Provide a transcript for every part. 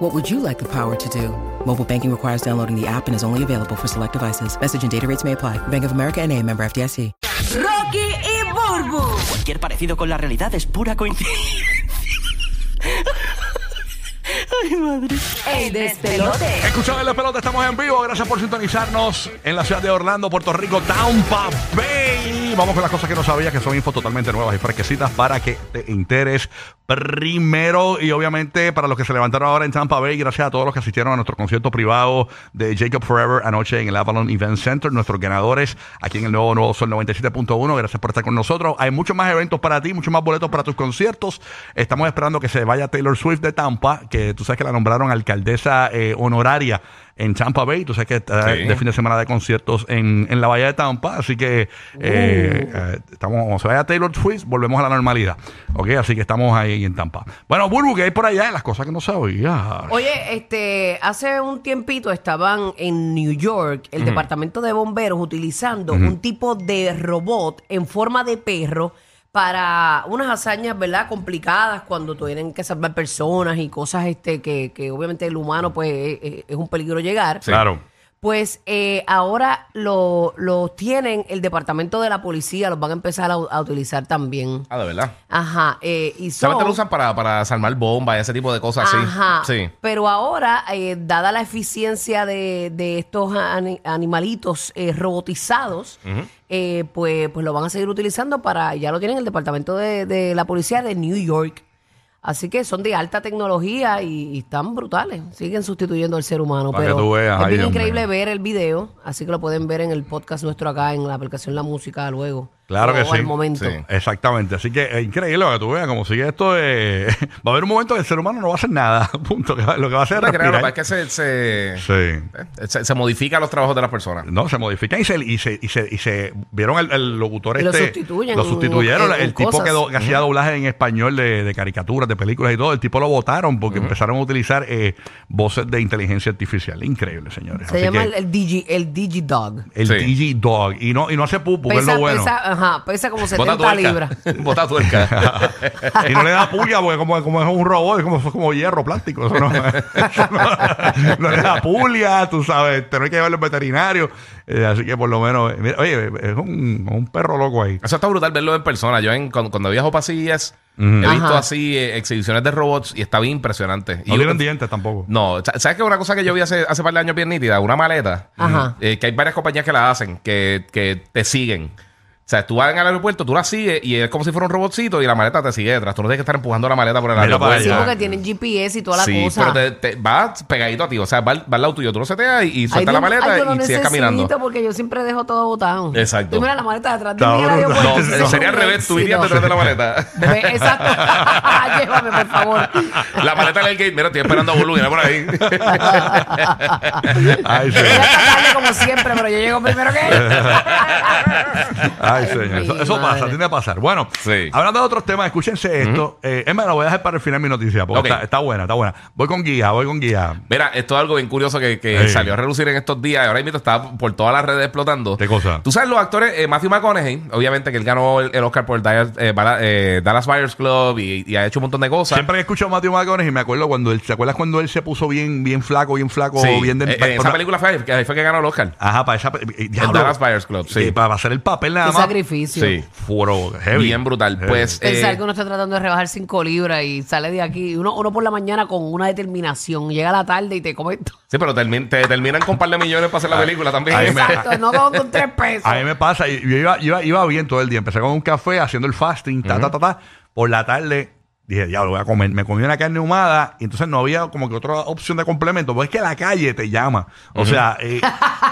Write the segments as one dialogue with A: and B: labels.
A: What would you like the power to do? Mobile banking requires downloading the app and is only available for select devices. Message and data rates may apply. Bank of America and a member FDIC.
B: Rocky y Burbu.
C: Cualquier parecido con la realidad es pura coincidencia. Ay, madre.
B: El despelote.
D: Escuchad la pelota, estamos en vivo. Gracias por sintonizarnos en la ciudad de Orlando, Puerto Rico, Tampa Bay. Vamos con las cosas que no sabías, que son infos totalmente nuevas y fresquecitas para que te enteres primero. Y obviamente, para los que se levantaron ahora en Tampa Bay, gracias a todos los que asistieron a nuestro concierto privado de Jacob Forever anoche en el Avalon Event Center. Nuestros ganadores aquí en el nuevo Nuevo Sol 97.1. Gracias por estar con nosotros. Hay muchos más eventos para ti, muchos más boletos para tus conciertos. Estamos esperando que se vaya Taylor Swift de Tampa, que tú sabes que la nombraron alcaldesa eh, honoraria en Tampa Bay. Tú sabes que está
E: Sí.
D: de fin de semana de conciertos en, en la Bahía de Tampa. Así que eh, eh, estamos, cuando se vaya Taylor Swift, volvemos a la normalidad. ¿Ok? Así que estamos ahí en Tampa. Bueno, Burbu, que hay por allá? Las cosas que no sabía.
F: Oye, este, hace un tiempito estaban en New York el departamento de bomberos utilizando un tipo de robot en forma de perro para unas hazañas, ¿verdad? Complicadas cuando tienen que salvar personas y cosas, este, que, que obviamente el humano, pues, eh, eh, es un peligro llegar.
D: Claro.
F: Pues eh, ahora los tienen el departamento de la policía, los van a empezar a, u- a utilizar también.
E: Ah, de verdad.
F: Ajá. eh, y son...
E: Solamente lo usan para, para salvar bombas y ese tipo de
D: Ah,
E: cosas así.
F: Ajá.
E: Sí.
F: Pero ahora, eh, dada la eficiencia de, de estos ani- animalitos eh, robotizados, eh, pues, pues lo van a seguir utilizando para, ya lo tienen el departamento de, de la policía de New York. Así que son de alta tecnología y, y están brutales. Siguen sustituyendo al ser humano.
D: Para que
F: pero
D: tú veas,
F: es bien
D: ay, Dios
F: increíble
D: mío.
F: ver el video. Así que lo pueden ver en el podcast nuestro acá, en la aplicación La Música luego.
D: Claro que
F: O
D: sí,
F: Al momento.
E: sí.
D: Exactamente, así que es increíble lo que tú veas, como sigue esto, eh, va a haber un momento que el ser humano no va a hacer nada, punto, que va- lo que va a hacer es
E: No te creas, lo que pasa
D: respirar.
E: es que se, se,
D: Sí.
E: eh, se, se modifican los trabajos de las personas.
D: No, se modifican y se, y se, y se, y se- vieron el, el locutor
F: Y lo
D: este.
F: sustituyen
D: Lo
F: en-
D: sustituyeron.
F: en
D: el tipo
F: cosas.
D: que, do- que hacía doblaje en español de, de caricaturas, de películas y todo. El tipo lo votaron porque empezaron a utilizar eh, voces de inteligencia artificial. Increíble, señores.
F: Se
D: Así
F: llama
D: que
F: el, el Digi, el Digidog.
D: el
E: Sí.
D: DigiDog. Y no, y no hace pupu, que es
F: Pesa,
D: lo bueno.
F: pesa, ajá, pesa como
E: Bota
F: 70 libras.
E: tuerca. Bota tuerca.
D: y no le da pulga porque como, como es un robot, es como, es como hierro plástico. Eso no, eso no- no le da pulga, tú sabes, te no hay que llevarlo al veterinario. Eh, así que por lo menos, eh, mira, oye, es un, un perro loco ahí.
E: Eso está brutal verlo en persona. Yo en, cuando, cuando viajo para CES, he visto
F: Ajá.
E: así eh, exhibiciones de robots y está bien impresionante. Y
D: No
E: yo-
D: tienen dientes tampoco.
E: No, sa- ¿sabes qué? Una cosa que yo vi hace, hace par de años bien nítida, una maleta,
F: Ajá.
E: eh, que hay varias compañías que la hacen, que, que te siguen. O sea, tú vas al aeropuerto, tú la sigues y es como si fuera un robotcito y la maleta te sigue detrás. Tú no tienes que estar empujando la maleta por el
D: Mira para
E: aeropuerto.
F: Sí,
D: allá.
F: porque tienen GPS y toda la
E: Sí,
F: cosa.
E: pero te, te- vas pegadito a ti. O sea, va al, va al lado tuyo, tú lo seteas y, y
F: Ay,
E: sueltas la
F: Dios, ay,
E: maleta
F: yo lo
E: y sigues
F: necesito
E: caminando.
F: porque yo siempre dejo todo botado.
E: Exacto.
F: Tú miras la maleta detrás de
D: Está
F: mí en el
D: brutal.
E: No, eh,
F: aeropuerto.
D: No,
F: Eso es
E: sería al
F: un
E: revés, tú
F: éxito.
E: irías detrás de la maleta.
F: Ve, Exacto. Llévame, por favor.
E: La maleta en el gate, mira, estoy esperando a Bulu, mira por ahí.
D: Ay,
F: Llega
D: señor.
F: tarde como siempre, pero yo llego primero que él.
D: Ay, señor. Eso,
F: mi
D: eso pasa,
F: madre.
D: tiende a pasar. Bueno,
E: Sí.
D: hablando de otros temas, escúchense esto. Eh, es más, lo voy a dejar para el final mi noticia, porque
E: Ok.
D: está, está buena, está buena. Voy con guía, voy con guía.
E: Mira, esto es algo bien curioso que, que
D: Ey.
E: salió a relucir en estos días. Ahora mismo está por todas las redes explotando.
D: ¿Qué cosa?
E: Tú sabes, los actores, eh, Matthew McConaughey, obviamente que él ganó el, el Oscar por Dallas, eh, Bala- eh, Dallas Buyers Club y, y ha hecho un montón de cosas.
D: Siempre que escucho a Matthew McConaughey me acuerdo cuando él, ¿te acuerdas cuando él se puso bien, bien flaco, bien flaco,
E: Sí,
D: bien de-
E: eh, en esa película fue, que- fue que ganó el Oscar.
D: Ajá, para esa eh, diablo.
E: Dallas Buyers Club, sí.
D: Eh, para hacer el papel nada
F: Qué
D: más.
F: sacrificio.
E: Sí.
D: Fuero, heavy.
E: Bien brutal.
D: Heavy.
E: Pues.
F: Pensar
E: eh,
F: que uno está tratando de rebajar 5 libras y sale de aquí. Uno, uno por la mañana con una determinación. Llega la tarde y te come todo.
E: Sí, pero termin- te terminan con un par de millones para hacer la película también.
D: Ay, me-
F: Exacto, no con, con tres pesos.
D: A mí me pasa, y- yo iba, iba, iba bien todo el día. Empecé con un café haciendo el fasting, ta, ta, ta, ta. Por la tarde dije, diablo, voy a comer. Me comí una carne ahumada y entonces no había como que otra opción de complemento. Pues es que la calle te llama. O sea, eh,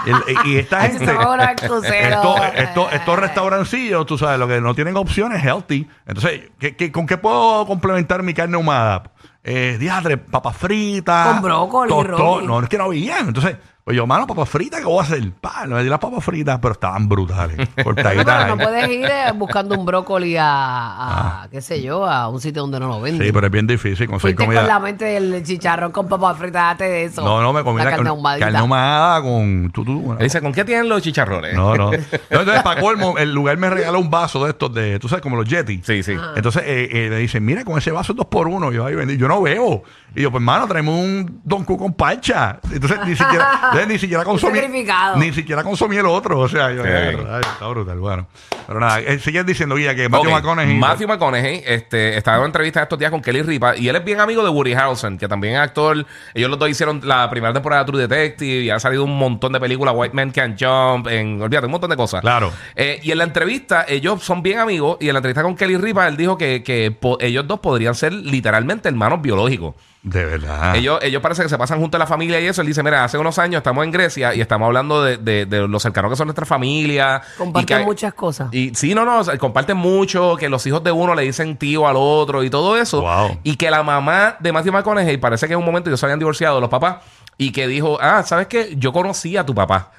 D: el- eh, y esta
F: Ay, se
D: gente.
F: me va a volar el crucero.
D: Estos, estos, estos restaurancillos, tú sabes, lo que no tienen opciones healthy. Entonces, ¿qué, qué- con qué puedo complementar mi carne ahumada? Eh, diadre, papas fritas.
F: Con brócoli,
D: tostón.
F: Rocky.
D: No, es que no habían. Entonces, pues, Pues yo, mano, papas fritas, ¿qué voy a hacer? Pa, le di las papas fritas, pero estaban brutales.
F: No,
D: Cortaditas.
F: pero no
D: ahí. Ah.
F: puedes ir eh, buscando un brócoli a, a, qué sé yo, a un sitio donde no lo venden.
D: Sí, pero es bien difícil conseguir
F: Fuiste
D: comida.
F: con la mente del chicharrón con papas fritas, date de eso.
D: No, no, me comí
F: La
D: la
F: carne
D: carne
F: ahumadita.
D: carne ahumada con... Tú, tú,
E: Él dice, ¿con qué tienen los chicharrones?
D: No, no. No, Entonces, para colmo, el lugar me regaló un vaso de estos de, tú sabes, como los Yeti.
E: Sí, sí.
F: Ah.
D: Entonces eh, eh, le dicen, mira, con ese vaso es dos por uno. Y yo, ay, bendito, yo no veo. Y yo, pues, hermano, traemos un Don Q con parcha. Entonces ni siquiera, entonces, ni siquiera consumí.
F: sacrificado.
D: Ni siquiera consumí el otro. O sea, yo,
E: Sí.
D: ay, está brutal. Bueno, pero nada, eh, siguen diciendo, guía, que Matthew
E: Ok,
D: McConaughey.
E: Matthew McConaughey, este, estaba en una entrevista estos días con Kelly Ripa y él es bien amigo de Woody Harrelson, que también es actor. Ellos los dos hicieron la primera temporada de True Detective y ha salido un montón de películas, White Man Can't Jump, en, olvídate, un montón de cosas.
D: Claro.
E: Eh, y en la entrevista, ellos son bien amigos y en la entrevista con Kelly Ripa, él dijo que, que po- ellos dos podrían ser literalmente hermanos biológicos.
D: de verdad.
E: Ellos, ellos parece que se pasan junto a la familia y eso. Él dice, mira, hace unos años estamos en Grecia y estamos hablando de, de, de lo cercanos que son nuestras familias. y que
F: Comparten
E: hay-
F: muchas cosas.
E: y sí, no, no, o sea, comparten mucho, que los hijos de uno le dicen tío al otro y todo eso.
D: Wow.
E: Y que la mamá de Matthew McConaughey, parece que en un momento ellos se habían divorciado, los papás, y que dijo, ah, ¿sabes qué? Yo conocí a tu papá.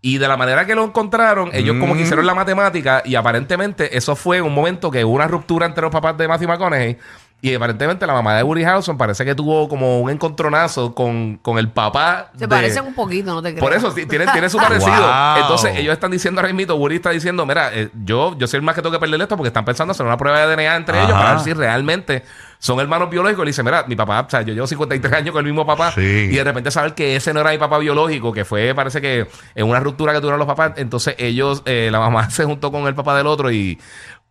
E: Y de la manera que lo encontraron, ellos como que hicieron la matemática y aparentemente eso fue un momento que hubo una ruptura entre los papás de Matthew McConaughey y aparentemente la mamá de Woody Harrelson parece que tuvo como un encontronazo con, con el papá
F: Se
E: de-
F: parecen un poquito, no te creas.
E: por eso sí, tiene, tiene su parecido.
D: Ah, Wow.
E: Entonces, ellos están diciendo ahora mismo, Woody está diciendo, mira, eh, yo, yo soy el más que tengo que perder esto porque están pensando hacer una prueba de DNA entre ellos
D: Ajá.
E: para ver si realmente son hermanos biológicos. Y le dice, mira, mi papá, o sea, yo llevo 53 años con el mismo papá.
D: Sí.
E: Y de repente saber que ese no era mi papá biológico, que fue, parece que en una ruptura que tuvieron los papás. Entonces, ellos, eh, la mamá se juntó con el papá del otro y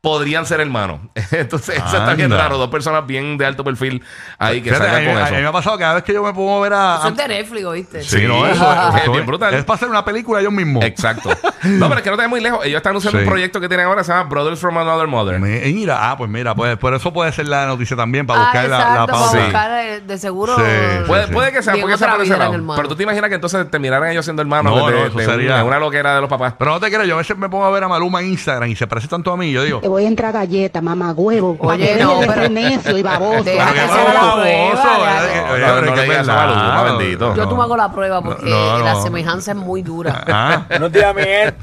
E: podrían ser hermanos. Entonces, eso está bien
D: Anda.
E: raro. Dos personas bien de alto perfil ahí que
D: Fíjate, a,
E: salgan
D: mí,
E: con
D: a
E: eso.
D: mí me ha pasado cada vez que yo me pongo a ver a.
F: Eso es de Netflix, ¿viste?
D: Sí, no, eso,
E: Es
D: eso
E: bien brutal.
D: Es para hacer una película ellos mismos.
E: Exacto. No, pero es que no te ves muy lejos. Ellos están anunciando
D: Sí.
E: un proyecto que tienen ahora que se llama Brothers from Another Mother.
D: Me- Mira, ah, pues mira, pues por eso puede ser la noticia también, para
F: Ah,
D: buscar la- la,
F: exacto, para
D: pausa.
E: Sí.
F: buscar, eh, de seguro.
D: Sí,
E: Puede,
D: sí.
E: puede que sea
F: Bien,
E: porque sea
F: otra vida
E: por ese lado.
F: eran hermanos.
E: Pero tú te imaginas que entonces terminaran ellos siendo hermanos
D: No,
E: de,
D: no, eso
E: de
D: sería-
E: un- de una loquera de los papás.
D: Pero no te creas, yo a veces me pongo a ver a Maluma en Instagram y se parece tanto a mí, yo digo.
G: Te voy a entrar galleta, mamá huevo. pa'
F: Oye,
G: que
F: no,
G: dejes de
F: pero-
G: ser necio y baboso.
F: Deja
D: Pero
F: que
D: que
F: sea
D: Maluma
F: la
D: baboso,
F: prueba,
D: ¿verdad?
F: ya.
D: Que- oye,
E: No,
D: pero
E: no
D: que
E: le digas
D: verdad.
E: a Maluma, bendito.
F: Yo
D: No.
F: tú me hago la prueba porque
D: No, no.
F: la semejanza es muy dura.
D: Ah.
H: Buenos días, mi gente.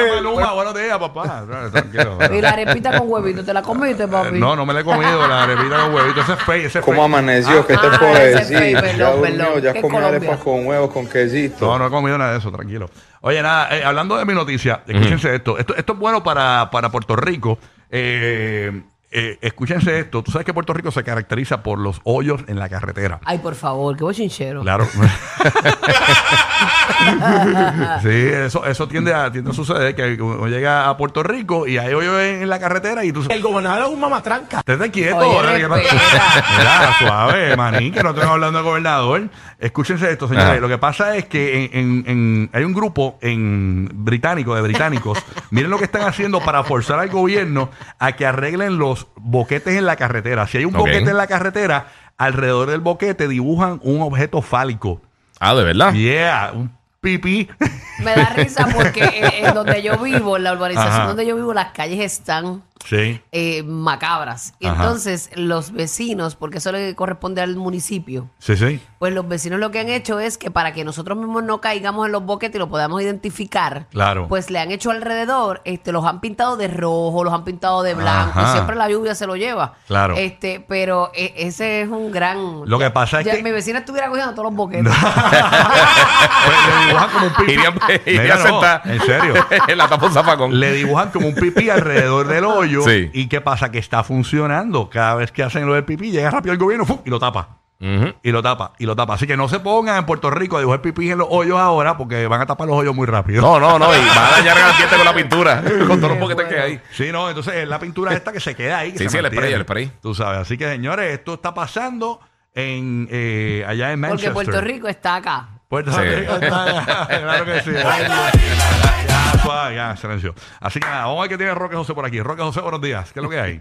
D: Buenos días, Maluma, buenos días, papá. Tranquilo.
F: Y la arepita con huevito, ¿te la comiste, papi?
D: No, no me la he comido, la arepita con huevito. Ese es fake, ese es
H: ¿Cómo
D: fake.
H: amaneció? ¿Qué te
F: Ah,
H: puedo
F: ese
H: decir?
F: fue,
H: ya
F: perdón,
H: durmió,
F: perdón. ¿Qué
H: ya comió
F: Colombia?
H: arepas con huevos, con quesito.
D: No, no he comido nada de eso, tranquilo. Oye, nada, eh, hablando de mi noticia, escúchense esto. esto. Esto es bueno para, para Puerto Rico. Eh, eh, escúchense esto. Tú sabes que Puerto Rico se caracteriza por los hoyos en la carretera.
F: Ay, por favor, qué bochinchero.
D: Claro. sí, eso, eso tiende, a, tiende a suceder que uno llega a Puerto Rico y hay hoyo en, en la carretera y tú... El gobernador es un mamatranca. Estate quieto.
F: Oye,
D: ahora que no-
F: respeta.
D: Mira, suave, maní, que no estamos hablando de gobernador. Escúchense esto, señores.
E: Ajá.
D: Lo que pasa es que en, en- en- hay un grupo en británico de británicos. miren lo que están haciendo para forzar al gobierno a que arreglen los boquetes en la carretera. Si hay un
E: Ok.
D: boquete en la carretera, alrededor del boquete dibujan un objeto fálico.
E: Ah, de verdad.
D: Yeah, un pipí.
F: Me da risa porque eh, en donde yo vivo, en la urbanización
D: Ajá.
F: donde yo vivo, las calles están
D: Sí.
F: eh, macabras. Y
D: Ajá.
F: entonces los vecinos, porque eso le corresponde al municipio,
D: Sí, sí.
F: pues los vecinos lo que han hecho es que para que nosotros mismos no caigamos en los boquetes y lo podamos identificar,
D: Claro.
F: pues le han hecho alrededor, este, los han pintado de rojo, los han pintado de blanco,
D: Ajá.
F: siempre la lluvia se lo lleva.
D: Claro.
F: Este, pero eh, ese es un gran...
D: Lo que pasa es
F: Ya,
D: que-
F: Mi vecina estuviera cogiendo todos los boquetes.
D: Pues le dibujan como un pipí.
E: Iría, pues, iría
D: Mira,
E: a
D: no,
E: sentar.
D: en serio.
E: la tapó un zapacón.
D: Le dibujan como un pipí alrededor del hoyo.
E: Sí.
D: ¿Y qué pasa? Que está funcionando. Cada vez que hacen lo del pipí, llega rápido el gobierno ¡fum! y lo tapa.
E: Ujú.
D: Y lo tapa, y lo tapa. Así que no se pongan en Puerto Rico a dibujar pipí en los hoyos ahora porque van a tapar los hoyos muy rápido.
E: No, no, no. Y van a dañar el diente con la pintura. con todos los boquetes que hay.
D: Sí, no, entonces es la pintura esta que se queda ahí. que
E: Sí,
D: se
E: sí, el
D: mantiene.
E: spray, el spray.
D: Tú sabes, así que señores, esto está pasando en eh, allá en
F: porque
D: Manchester.
F: Puerto Rico está acá.
D: Puerto
E: Sí.
D: Rico está claro que sí. Ya, suave, ya, silencio. Así que nada, vamos a ver qué tiene Roque José por aquí. Roque José, buenos días. ¿Qué es lo que hay?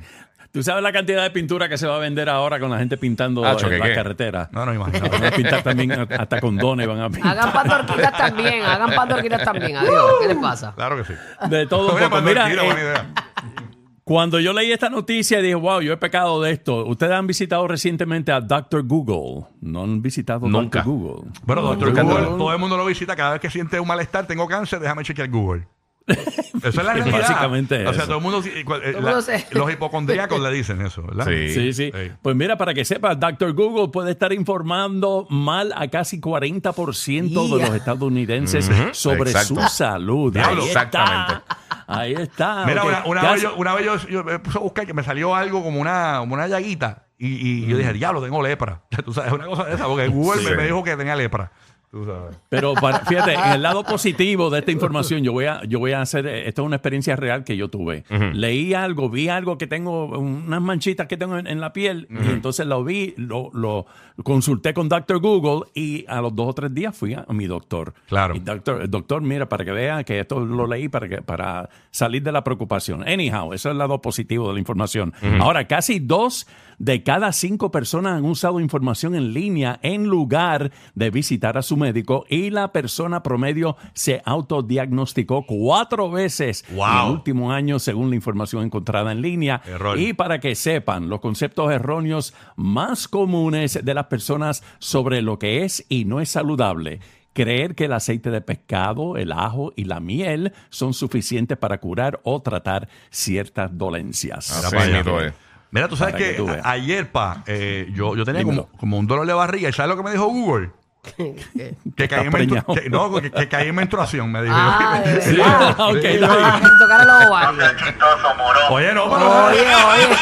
I: ¿Tú sabes la cantidad de pintura que se va a vender ahora con la gente pintando
E: Ah,
I: eh,
E: choque,
I: la
E: ¿qué?
I: carretera?
D: No, no me imagino.
I: Van a pintar también hasta condones, van a pintar
F: Hagan patorquitas también, hagan patorquitas también. Adiós, ¿qué les pasa?
D: Claro que sí. Pues
I: de todo un
D: Oye,
I: poco.
D: Manuel,
I: Mira,
D: mira,
I: eh,
D: buena idea.
I: Cuando yo leí esta noticia dije, wow, yo he pecado de esto. Ustedes han visitado recientemente a Dr. Google. No han visitado
E: Nunca.
I: Dr. Google.
D: Bueno, doctor
E: Google.
D: Google, todo el mundo lo visita. Cada vez que siente un malestar, tengo cáncer, déjame chequear Google. Esa es la realidad.
I: Básicamente
D: O sea,
I: eso.
D: todo el mundo. eh, cual- eh,
F: Todo el mundo
D: la-
F: se-
D: los hipocondríacos le dicen eso, ¿verdad?
E: Sí.
I: Sí, sí.
D: Sí.
I: Pues mira, para que sepas, Dr. Google puede estar informando mal a casi 40% de
F: Ya.
I: los estadounidenses sobre
E: exacto.
I: su salud.
E: Diablo,
I: Ahí está.
E: exactamente.
I: Ahí está.
D: Mira,
I: Ah, Ok,
D: una, una
I: casi-
D: vez yo, una vez yo, yo me puse a buscar que me salió algo como una, como una llaguita y, y yo dije, diablo, tengo lepra. Tú sabes, una cosa de esa, porque Google
E: Mm. Sí.
D: me, me dijo que tenía lepra. Tú sabes.
I: Pero para- fíjate, en el lado positivo de esta información, yo voy a, yo voy a hacer, eh, esto es una experiencia real que yo tuve. Leí algo, vi algo que tengo, unas manchitas que tengo en, en la piel, y entonces lo vi, lo, lo consulté con Dr. Google y a los dos o tres días fui a mi doctor.
D: Claro.
I: Y doctor, doctor, mira, para que vea que esto lo leí para, que, para salir de la preocupación. Anyhow, eso es el lado positivo de la información. Ahora, casi dos de cada cinco personas han usado información en línea en lugar de visitar a su médico y la persona promedio se autodiagnosticó cuatro veces en el
D: Wow.
I: último año según la información encontrada en línea.
D: Error.
I: Y para que sepan los conceptos erróneos más comunes de las personas sobre lo que es y no es saludable. Creer que el aceite de pescado, el ajo y la miel son suficientes para curar o tratar ciertas dolencias.
D: Mira,
E: Ah, sí,
D: para allá.
E: mito, eh.
D: Mira, tú sabes
I: Para que
D: que,
I: tú veas.
D: a- ayer, pa, eh, yo, yo tenía como,
I: Dímelo.
D: como un dolor de barriga. ¿Y sabes lo que me dijo Google? que, caí en
I: Estás
D: menstru-
I: preñado.
D: que- no, que, que caí en menstruación, me dijo.
F: Ah, de
D: Sí.
F: verdad.
I: Ok,
D: Sí.
I: está bien.
F: Ah, que tocara los ovarios.
D: Oye, no, pero...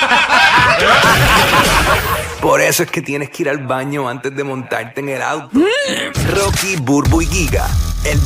J: Por eso es que tienes que ir al baño antes de montarte en el auto. Rocky, Burbu y Giga,